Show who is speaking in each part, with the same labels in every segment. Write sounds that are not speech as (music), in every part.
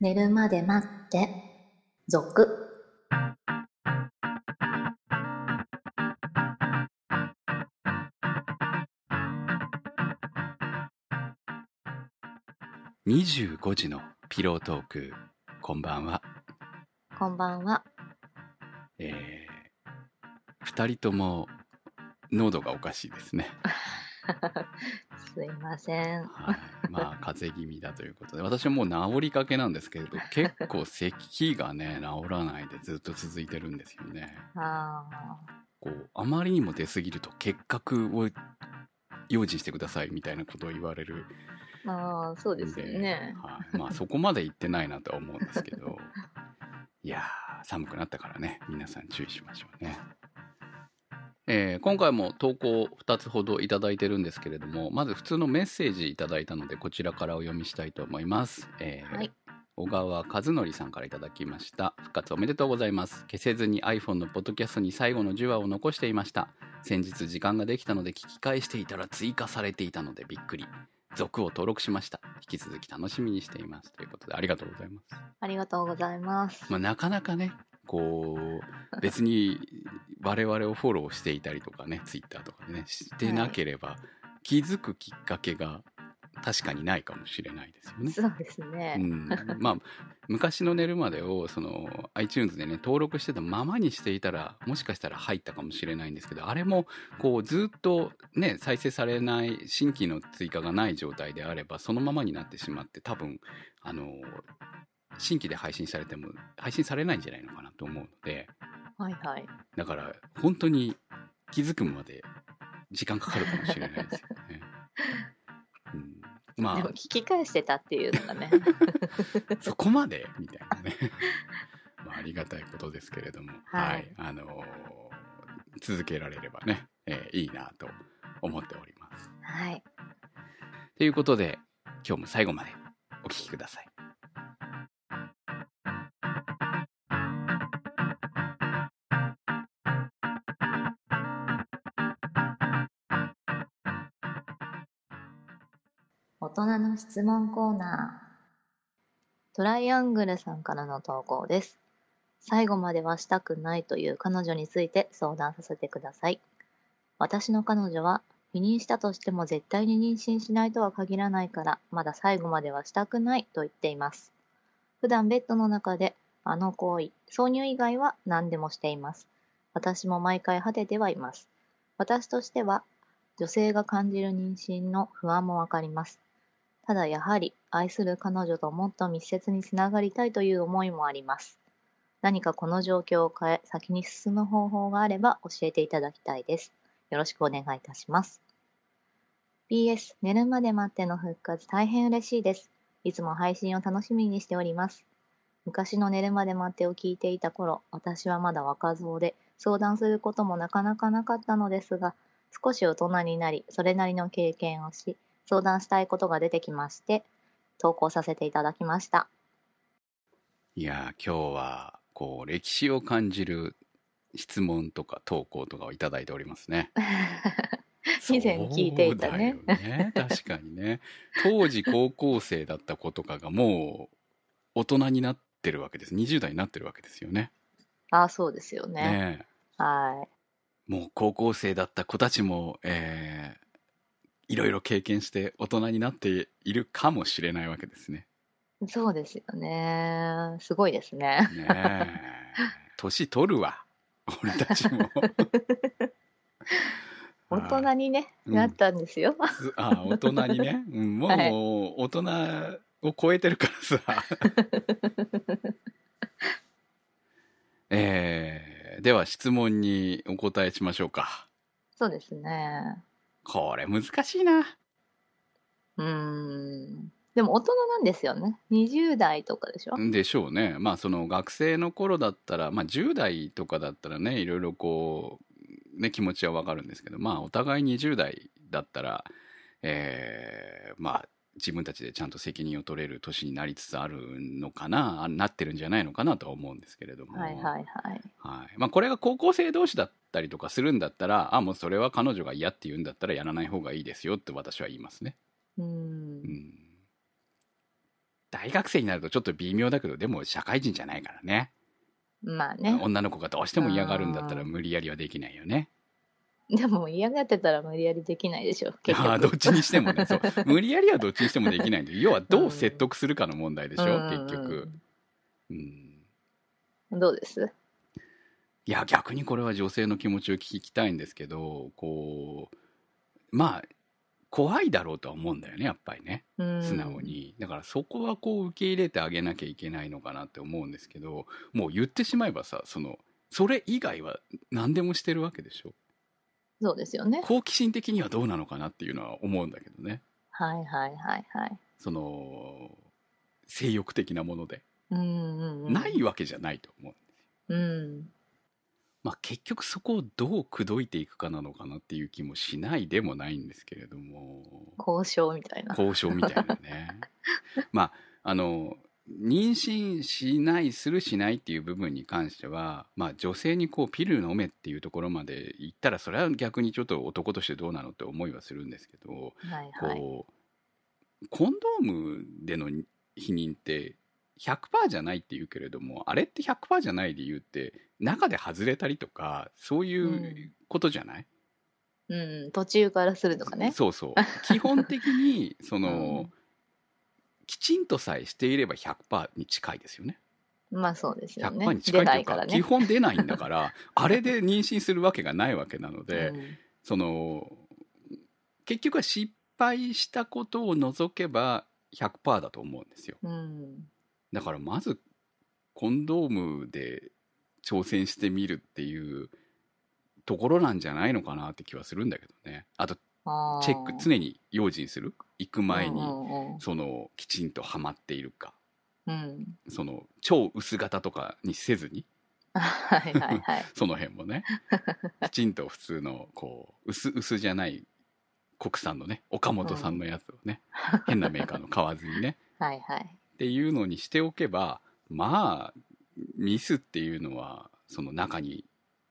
Speaker 1: 寝るまで待って、続。
Speaker 2: 25時のピロートークこんばんは、
Speaker 1: こんばんは。
Speaker 2: えー、2人とも喉がおかしいですね、
Speaker 1: すいません。
Speaker 2: はい、まあ風邪気味だということで私はもう治りかけなんですけれど結構咳がね治らないでずっと続いてるんですよね
Speaker 1: あー
Speaker 2: こうあまりにも出過ぎると結核を用心してくださいみたいなことを言われる
Speaker 1: あー、そうですよね。
Speaker 2: はい、まあそこまで行ってないなとは思うんですけど (laughs) いやー寒くなったからね皆さん注意しましょうね、えー今回も投稿2つほどいただいてるんですけれどもまず普通のメッセージいただいたのでこちらからお読みしたいと思います、えー
Speaker 1: はい
Speaker 2: 小川和則さんからいただきました復活おめでとうございます消せずに iPhone のポッドキャストに最後の10話を残していました先日時間ができたので聞き返していたら追加されていたのでびっくり続を登録しました引き続き楽しみにしていますということでありがとうございます、
Speaker 1: ありがとうございます。
Speaker 2: まあ、なかなかねこう別に我々をフォローしていたりとかねツイッターとかでねしてなければ、気づくきっかけが確かにないかもしれないですよね
Speaker 1: そうですね。
Speaker 2: うん、まあ昔の寝るまでをその iTunes でね登録してたままにしていたらもしかしたら入ったかもしれないんですけどあれもこうずっとね再生されない新規の追加がない状態であればそのままになってしまって多分あの新規で配信されても配信されないんじゃないのかなと思うので
Speaker 1: はいはい。
Speaker 2: だから本当に気づくまで時間かかるかもしれないですよね。うん、ま
Speaker 1: で
Speaker 2: あ
Speaker 1: も聞き返してたっていうの
Speaker 2: (laughs)
Speaker 1: がね。
Speaker 2: そこまでみたいなね。 (laughs) まあ、ありがたいことですけれども、
Speaker 1: は
Speaker 2: はいい、あのー続けられればね、えーいいなと思っております。
Speaker 1: はい。
Speaker 2: ということで、今日も最後までお聞きください。
Speaker 1: 大人の質問コーナー。トライアングルさんからの投稿です。最後まではしたくないという彼女について相談させてください。私の彼女は、否認したとしても絶対に妊娠しないとは限らないから、まだ最後まではしたくないと言っています。普段ベッドの中で、あの行為、挿入以外は何でもしています。私も毎回果ててはいます。私としては、女性が感じる妊娠の不安もわかります。ただやはり愛する彼女ともっと密接につながりたいという思いもあります。何かこの状況を変え先に進む方法があれば教えていただきたいです。よろしくお願いいたします。PS 寝るまで待っての復活大変嬉しいです。いつも配信を楽しみにしております。昔の寝るまで待ってを聞いていた頃、私はまだ若造で相談することもなかなかなかったのですが、少し大人になり、それなりの経験をし、相談したいことが出てきまして投稿させていただきました (laughs)
Speaker 2: いやー、今日は、こう、歴史を感じる質問とか投稿とかをいただいておりますね。
Speaker 1: (laughs) 以前聞いていたね
Speaker 2: そうだよね。確かにね。当時高校生だった子とかがもう大人になってるわけです。20代になってるわけですよね。
Speaker 1: ああそうですよね
Speaker 2: ねえ
Speaker 1: はい
Speaker 2: もう高校生だった子たちも、えーいろいろ経験して大人になっているかもしれないわけですね。
Speaker 1: そうですよねすごいですね。
Speaker 2: ねえ年取るわ俺たちも
Speaker 1: (laughs) 大人
Speaker 2: に
Speaker 1: にね、
Speaker 2: うん
Speaker 1: なったんですよ (laughs)
Speaker 2: あ大人にね、うん、もう、
Speaker 1: はい
Speaker 2: 大人を超えてるからさ。
Speaker 1: (laughs)
Speaker 2: えーでは質問にお答えしましょうか。
Speaker 1: そうですね
Speaker 2: これ難しいな。
Speaker 1: うーんでも大人なんですよね20代とかでしょ、
Speaker 2: でしょうねまあその学生の頃だったら、まあ、10代とかだったらねいろいろこう、ね、気持ちはわかるんですけどまあお互い20代だったらえーまあ自分たちでちゃんと責任を取れる年になりつつあるのかなあなってるんじゃないのかなとは思うんですけれども、
Speaker 1: はいはいはい
Speaker 2: はいまあ、これが高校生同士だったりとかするんだったらあもうそれは彼女が嫌って言うんだったらやらない方がいいですよって私は言いますね。
Speaker 1: うーん
Speaker 2: うん、だ大学生になるとちょっと微妙だけど、でも社会人じゃないからね。
Speaker 1: まあね。
Speaker 2: 女の子がどうしても嫌がるんだったら無理やりはできないよね。
Speaker 1: でも嫌がってたら無理やりできないでしょ。結局
Speaker 2: (laughs) ああどっちにしてもねそう無理やりはどっちにしてもできな
Speaker 1: (laughs)
Speaker 2: いんで要はどう説得するかの問題でしょ、
Speaker 1: うん
Speaker 2: 結局、うん、
Speaker 1: どうです
Speaker 2: いや逆にこれは女性の気持ちを聞きたいんですけどこうまあ怖いだろうとは思うんだよねやっぱりね
Speaker 1: うん
Speaker 2: 素直。に、だからそこはこう受け入れてあげなきゃいけないのかなって思うんですけどもう言ってしまえばさそのそれ以外は何でもしてるわけでしょ
Speaker 1: そうですよね。
Speaker 2: 好奇心的にはどうなのかなっていうのは思うんだけどね
Speaker 1: はいはいはいはい。
Speaker 2: その性欲的なもので、
Speaker 1: うんうんうん、
Speaker 2: ないわけじゃないと思う、
Speaker 1: うん。
Speaker 2: まあ、結局そこをどう口説いていくかなのかなっていう気もしないでもないんですけれども
Speaker 1: 交渉みたいな。
Speaker 2: 交渉みたいなね (laughs) まああの妊娠しないするしないっていう部分に関しては、まあ、女性にこうピル飲めっていうところまで行ったらそれは逆にちょっと男としてどうなのって思いはするんですけど、
Speaker 1: はいはい。
Speaker 2: こうコンドームでの否認って100%じゃないって言うけれどもあれって100%じゃない理由って中で外れたりとかそういうことじゃない、
Speaker 1: うん。途中からするとかね。
Speaker 2: そ
Speaker 1: (laughs)
Speaker 2: うそう基本的にそ
Speaker 1: う
Speaker 2: の、
Speaker 1: ん
Speaker 2: きちんとさえしていれば100%に近いですよね
Speaker 1: まあそうですよね。
Speaker 2: 100%に近い
Speaker 1: 出な
Speaker 2: という
Speaker 1: い
Speaker 2: か
Speaker 1: から
Speaker 2: 基
Speaker 1: ね。
Speaker 2: 本出ないんだから
Speaker 1: (laughs)
Speaker 2: あれで妊娠するわけがないわけなので、
Speaker 1: うん
Speaker 2: その結局は失敗したことを除けば100%だと思うんですよ
Speaker 1: うん。
Speaker 2: だからまずコンドームで挑戦してみるっていうところなんじゃないのかなって気はするんだけどねあと
Speaker 1: あー
Speaker 2: チェック常に用心する行く前に
Speaker 1: うんうん
Speaker 2: そのきちんとはまっているか
Speaker 1: うんうん。
Speaker 2: その超薄型とかにせずに
Speaker 1: はいはいはい。
Speaker 2: その辺
Speaker 1: (laughs)
Speaker 2: もねきちんと普通のこう薄薄じゃない国産のね岡本さんのやつをね、変なメーカーの買わずにね
Speaker 1: はいはい。
Speaker 2: っていうのにしておけばまあミスっていうのはその中に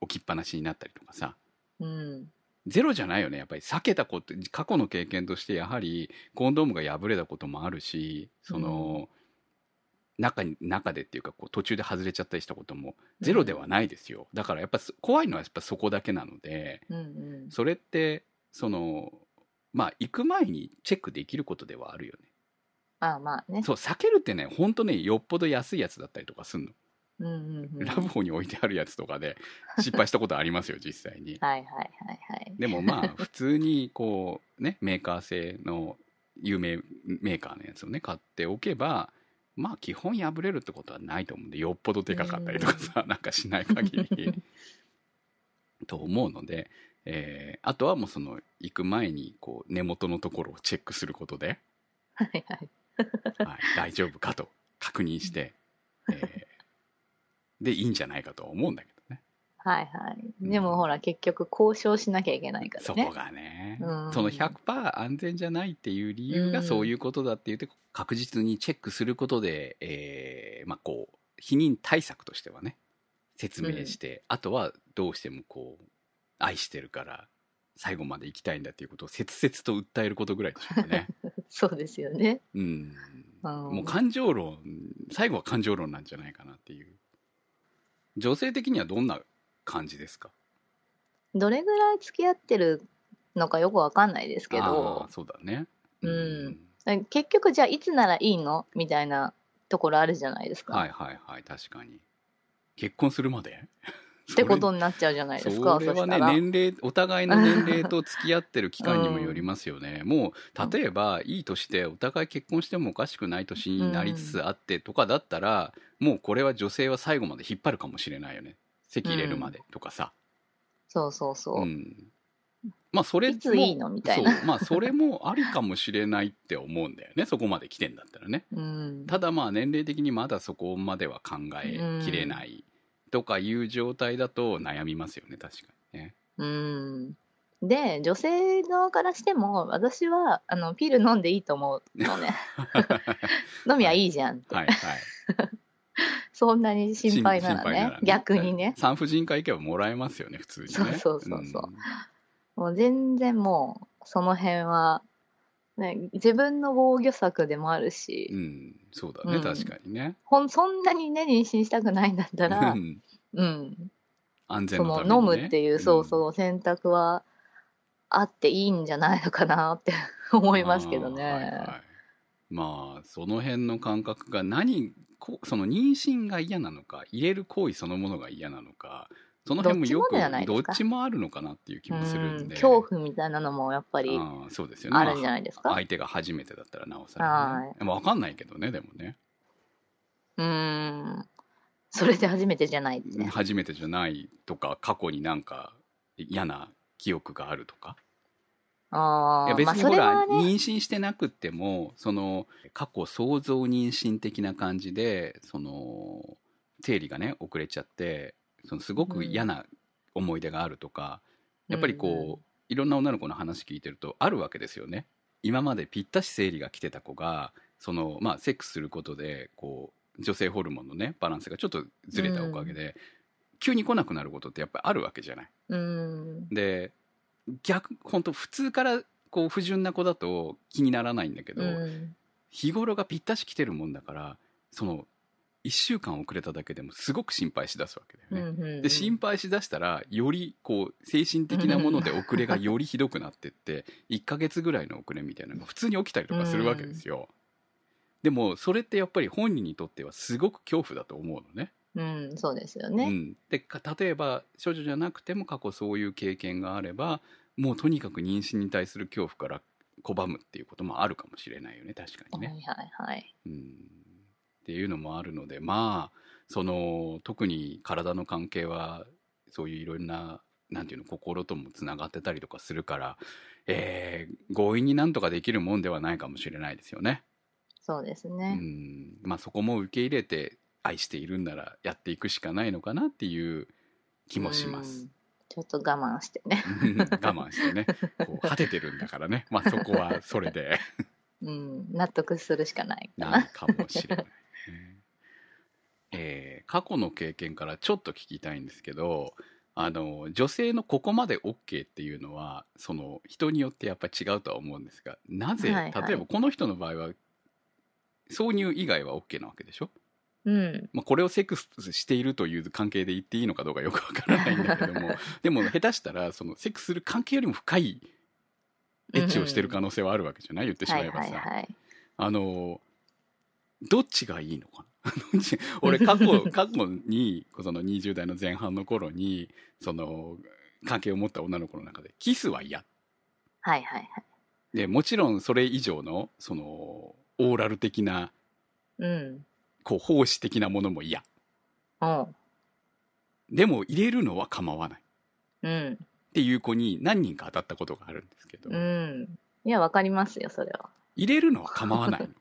Speaker 2: 置きっぱなしになったりとかさ
Speaker 1: うん。
Speaker 2: ゼロじゃないよねやっぱり避けたこと過去の経験としてやはりコンドームが破れたこともあるしその、中に中でっていうかこう途中で外れちゃったりしたこともゼロではないですよ、だからやっぱそ怖いのはやっぱそこだけなので
Speaker 1: うんうん。
Speaker 2: それってそのまあ行く前にチェックできることではあるよね。
Speaker 1: まあまあね。
Speaker 2: そう避けるってねほんとねよっぽど安いやつだったりとかすんの、
Speaker 1: うんうんうん。
Speaker 2: ラ
Speaker 1: はい
Speaker 2: ブホに置いてあるやつとかで失敗したことありますよ実際に
Speaker 1: はいはいはい。
Speaker 2: でもまあ普通にこうねメーカー製の有名メーカーのやつをね買っておけばまあ基本破れるってことはないと思うんでよっぽどでかかったりとかさなんかしない限り (laughs) と思うので、えーあとはもうその行く前にこう根元のところをチェックすることで
Speaker 1: はいはい。
Speaker 2: はい、大丈夫かと確認して、えーでいいんじゃないかとは思うんだけどね
Speaker 1: はいはい。でもほら、結局交渉しなきゃいけないから
Speaker 2: そ
Speaker 1: ね。
Speaker 2: こがね、
Speaker 1: うん
Speaker 2: その100%安全じゃないっていう理由が
Speaker 1: うん
Speaker 2: そういうことだって言って確実にチェックすることで、えーまあ、こう避妊対策としてはね説明して、あとはどうしてもこう愛してるから最後まで行きたいんだっていうことを切々と訴えることぐらいでしょう
Speaker 1: (laughs)
Speaker 2: かね。
Speaker 1: そうですよね。
Speaker 2: うん、
Speaker 1: うん
Speaker 2: もう感情論最後は感情論なんじゃないかなっていう女性的にはどんな感じですか
Speaker 1: どれぐらい付き合ってるのかよくわかんないですけ
Speaker 2: あ
Speaker 1: ど
Speaker 2: ーそうだね
Speaker 1: うん結局じゃあいつならいいのみたいなところあるじゃないですか、
Speaker 2: はいはいはい確かに結婚するまで
Speaker 1: (laughs) ってこと
Speaker 2: じ
Speaker 1: になっちゃうじゃ
Speaker 2: ゃ
Speaker 1: ないですか
Speaker 2: それはね
Speaker 1: したら
Speaker 2: 年齢お互いの年齢と付き合ってる期間にもよります
Speaker 1: (laughs)
Speaker 2: よね、もう例えばいい年でお互い結婚してもおかしくない年になりつつあってとかだったら、もうこれは女性は最後まで引っ張るかもしれないよね籍入れるまでとかさ、
Speaker 1: そうそうそう、
Speaker 2: うん、まあそれも
Speaker 1: いついいのみたいな
Speaker 2: そうまあそれもありかもしれないって思うんだよねそこまで来てんだったらね
Speaker 1: うん
Speaker 2: ただまあ年齢的にまだそこまでは考えきれないとかいう状態だと悩みますよね確か
Speaker 1: (laughs)
Speaker 2: にね
Speaker 1: うんで女性側からしても私はあのピル飲んでいいと思うの
Speaker 2: (laughs)
Speaker 1: ね飲みはいいじゃんって、
Speaker 2: はいはい
Speaker 1: そんなに心配ならね逆にね、
Speaker 2: 産婦人科行けばもらえますよね普通にね
Speaker 1: そうそうそうそうんもう全然もうその辺はね、自分の防御策でもあるし、
Speaker 2: うん、そうだね、
Speaker 1: うん
Speaker 2: 確かにね。
Speaker 1: ほんそんなにね妊娠したくないんだったら
Speaker 2: う、ん
Speaker 1: うん、
Speaker 2: 安全
Speaker 1: その
Speaker 2: のために、ね。
Speaker 1: 飲むっていう、そう
Speaker 2: うん。
Speaker 1: そう選択はあっていいんじゃないのかなって (laughs) 思いますけどね。
Speaker 2: あーはいはいまあその辺の感覚が何こその妊娠が嫌なのか入れる行為そのものが嫌なのかその辺もよく
Speaker 1: どっちもじゃないで
Speaker 2: どっ
Speaker 1: すか
Speaker 2: ちもあるのかなっていう気もする
Speaker 1: うんん
Speaker 2: で
Speaker 1: 恐怖みたいなのもやっぱり
Speaker 2: あーそうですよね
Speaker 1: あるんじゃないです
Speaker 2: まあ
Speaker 1: か。
Speaker 2: 相手が初めてだったらなおさら、ね、分かんないけどねでもね
Speaker 1: うん、それで初めてじゃないってね。
Speaker 2: 初めてじゃないとか過去になんか嫌な記憶があるとか
Speaker 1: あ
Speaker 2: いや
Speaker 1: あ、
Speaker 2: 別
Speaker 1: まあ
Speaker 2: に
Speaker 1: そ
Speaker 2: ほ
Speaker 1: れ
Speaker 2: ら、
Speaker 1: はね、
Speaker 2: 妊娠してなくってもその過去想像妊娠的な感じでその生理がね遅れちゃってそのすごく嫌な思い出があるとか、やっぱりこう、いろんな女の子の話聞いてるとあるわけですよね。今までぴったし生理が来てた子がその、まあ、セックスすることでこう女性ホルモンのねバランスがちょっとずれたおかげで、急に来なくなることってやっぱりあるわけじゃない。
Speaker 1: うん、
Speaker 2: で逆本当普通からこう不純な子だと気にならないんだけど、
Speaker 1: うん、
Speaker 2: 日頃がぴったし来てるもんだからその1週間遅れただけでもすごく心配しだすわけだ
Speaker 1: うん、う
Speaker 2: よね。
Speaker 1: んうん、
Speaker 2: で心配しだしたらよりこう精神的なもので遅れがよりひどくなってって1ヶ月ぐらいの遅れみたいなのが普通に起きたりとかするわけですよ。でもそれってやっぱり本人にとってはすごく恐怖だと思うのね。
Speaker 1: うん、そうですよ
Speaker 2: う
Speaker 1: ね。
Speaker 2: ん、でか例えば少女じゃなくても過去そういう経験があればもうとにかく妊娠に対する恐怖から拒むっていうこともあるかもしれないよね確かに
Speaker 1: は
Speaker 2: ね、
Speaker 1: いはいはい。
Speaker 2: うん。っていうのもあるのでまあその特に体の関係はそういういろんななんていうの心ともつながってたりとかするから、えー強引になんとかできるもんではないかもしれないですよね。
Speaker 1: そうです
Speaker 2: う
Speaker 1: ね。
Speaker 2: んまあ、そこも受け入れて愛しているんならやっていくしかないのかなっていう気もしま
Speaker 1: う
Speaker 2: す
Speaker 1: ん。。ちょっと我慢してね。
Speaker 2: うん (laughs) 我慢してねこう果ててるんだからね、まあ、そこはそれ
Speaker 1: (laughs)
Speaker 2: で
Speaker 1: うん、納得するしかないか
Speaker 2: な
Speaker 1: な。
Speaker 2: るかもしれないね、えー過去の経験からちょっと聞きたいんですけどあの女性のここまで OK っていうのはその人によってやっぱり違うとは思うんですがなぜ、
Speaker 1: はいはい
Speaker 2: 例えばこの人の場合は挿入以外は OK なわけでしょ
Speaker 1: うん。
Speaker 2: まあ、これをセックスしているという関係で言っていいのかどうかよくわからないんだけどもでも下手したらそのセックスする関係よりも深いエッチをしてる可能性はあるわけじゃない言ってしま
Speaker 1: は
Speaker 2: え
Speaker 1: い
Speaker 2: ばさ、
Speaker 1: はいはい。
Speaker 2: あのどっちがいいのかなどっち俺過去過去にその20代の前半の頃にその関係を持った女の子の中でキスは嫌
Speaker 1: はいはいはい。
Speaker 2: でもちろんそれ以上のそのオーラル的な
Speaker 1: うん。
Speaker 2: こう奉仕的なものも嫌
Speaker 1: おう。
Speaker 2: でも入れるのは構わない。
Speaker 1: うん。
Speaker 2: っていう子に何人か当たったことがあるんですけど、
Speaker 1: うん。いや、わかりますよ、それは。
Speaker 2: 入れるのは構わ
Speaker 1: (laughs)
Speaker 2: ないのだ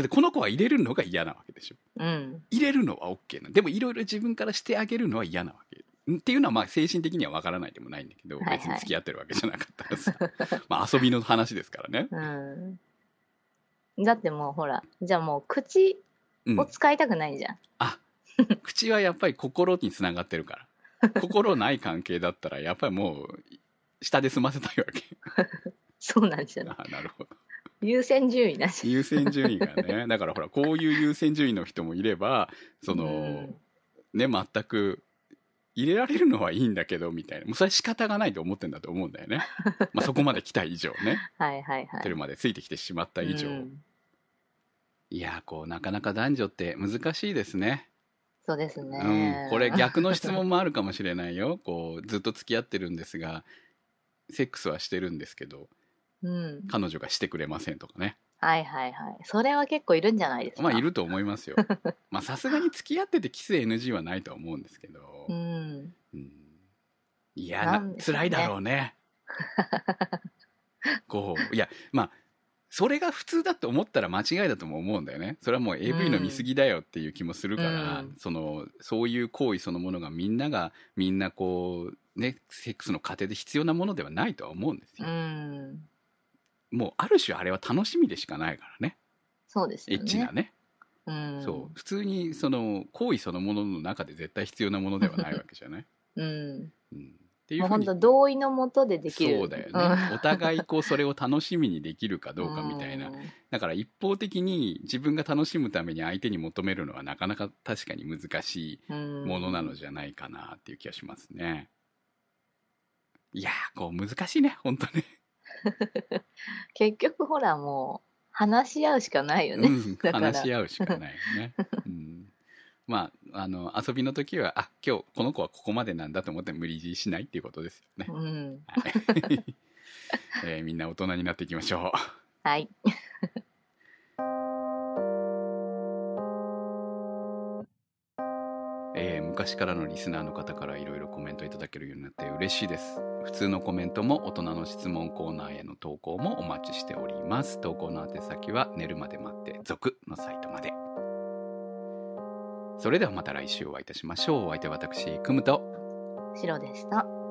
Speaker 2: ってこの子は入れるのが嫌なわけでしょ
Speaker 1: うん。
Speaker 2: 入れるのは OK なでもいろいろ自分からしてあげるのは嫌なわけっていうのはまあ精神的にはわからないでもないんだけど、
Speaker 1: はいはい
Speaker 2: 別に付き合ってるわけじゃなかったら
Speaker 1: (laughs)
Speaker 2: さまあ遊びの話ですからね、
Speaker 1: うん。だってもうほら、じゃあもう口
Speaker 2: うん
Speaker 1: を使いたくないじゃん。
Speaker 2: あ口はやっぱり心につながってるから心ない関係だったらやっぱりもう下で済ませたいわ
Speaker 1: (laughs)
Speaker 2: け
Speaker 1: そうなんですよね。
Speaker 2: あなるほど
Speaker 1: 優先順位なし。
Speaker 2: 優先順位がねだからほらこういう優先順位の人もいればその、
Speaker 1: うん
Speaker 2: ね全く入れられるのはいいんだけどみたいなもうそれは仕方がないと思ってんだと思うんだよね
Speaker 1: (laughs)
Speaker 2: まあそこまで来た以上ね
Speaker 1: はいはいはい。
Speaker 2: テルまでついてきてしまった以上、
Speaker 1: うん
Speaker 2: いやーこうなかなか男女って難しいですね
Speaker 1: そうです
Speaker 2: う
Speaker 1: ね
Speaker 2: ん、。これ逆の質問もあるかもしれないよこうずっと付き合ってるんですがセックスはしてるんですけど
Speaker 1: うん。
Speaker 2: 彼女がしてくれませんとかね
Speaker 1: はいはいはい。それは結構いるんじゃないですか。
Speaker 2: まあい。ると思いま
Speaker 1: (laughs)
Speaker 2: すよまあさすがに付き合っててキス NG はないとは思うんですけど、
Speaker 1: うん。
Speaker 2: うんいや
Speaker 1: な
Speaker 2: なん
Speaker 1: でしょうね
Speaker 2: 辛いだろう
Speaker 1: (laughs)
Speaker 2: ねこういやまあそれが普通だと思ったら間違いだとも思うんだよねそれはもう AV の見過ぎだよっていう気もするから、
Speaker 1: うん
Speaker 2: そのそういう行為そのものがみんながみんなこうねセックスの過程で必要なものではないとは思うんです
Speaker 1: う
Speaker 2: よ、
Speaker 1: ん。
Speaker 2: もうある種あれは楽しみでしかないからね
Speaker 1: そうです
Speaker 2: エ
Speaker 1: よね。
Speaker 2: ッチなね
Speaker 1: うん。
Speaker 2: そう普通にその行為そのものの中で絶対必要なものではないわけじゃない、
Speaker 1: うん。
Speaker 2: うん、っていう
Speaker 1: もう
Speaker 2: ふう
Speaker 1: 本
Speaker 2: に
Speaker 1: 当同意のもとでできる
Speaker 2: そうだよね、お互いこうそれを楽しみにできるかどうかみたいな、だから一方的に自分が楽しむために相手に求めるのはなかなか確かに難しいも
Speaker 1: も
Speaker 2: のなのじゃないかなっていう気がしますね。いやーこう難しいね本当
Speaker 1: (laughs)
Speaker 2: ね。
Speaker 1: 結局ほらもう話し合うしかないよね、
Speaker 2: うん、
Speaker 1: だから
Speaker 2: 話し合うしかないよね。うんまあ、あの遊びの時はあ今日この子はここまでなんだと思って無理強いしないっていうことですよね
Speaker 1: う。ん、
Speaker 2: はいえーみんな大人になっていきましょう。
Speaker 1: はい
Speaker 2: えー昔からのリスナーの方からいろいろコメントいただけるようになって嬉しいです普通のコメントも大人の質問コーナーへの投稿もお待ちしております投稿の宛先は「寝るまで待って続」のサイトまでそれではまた来週お会いいたしましょうお相手は私くむと
Speaker 1: 白でした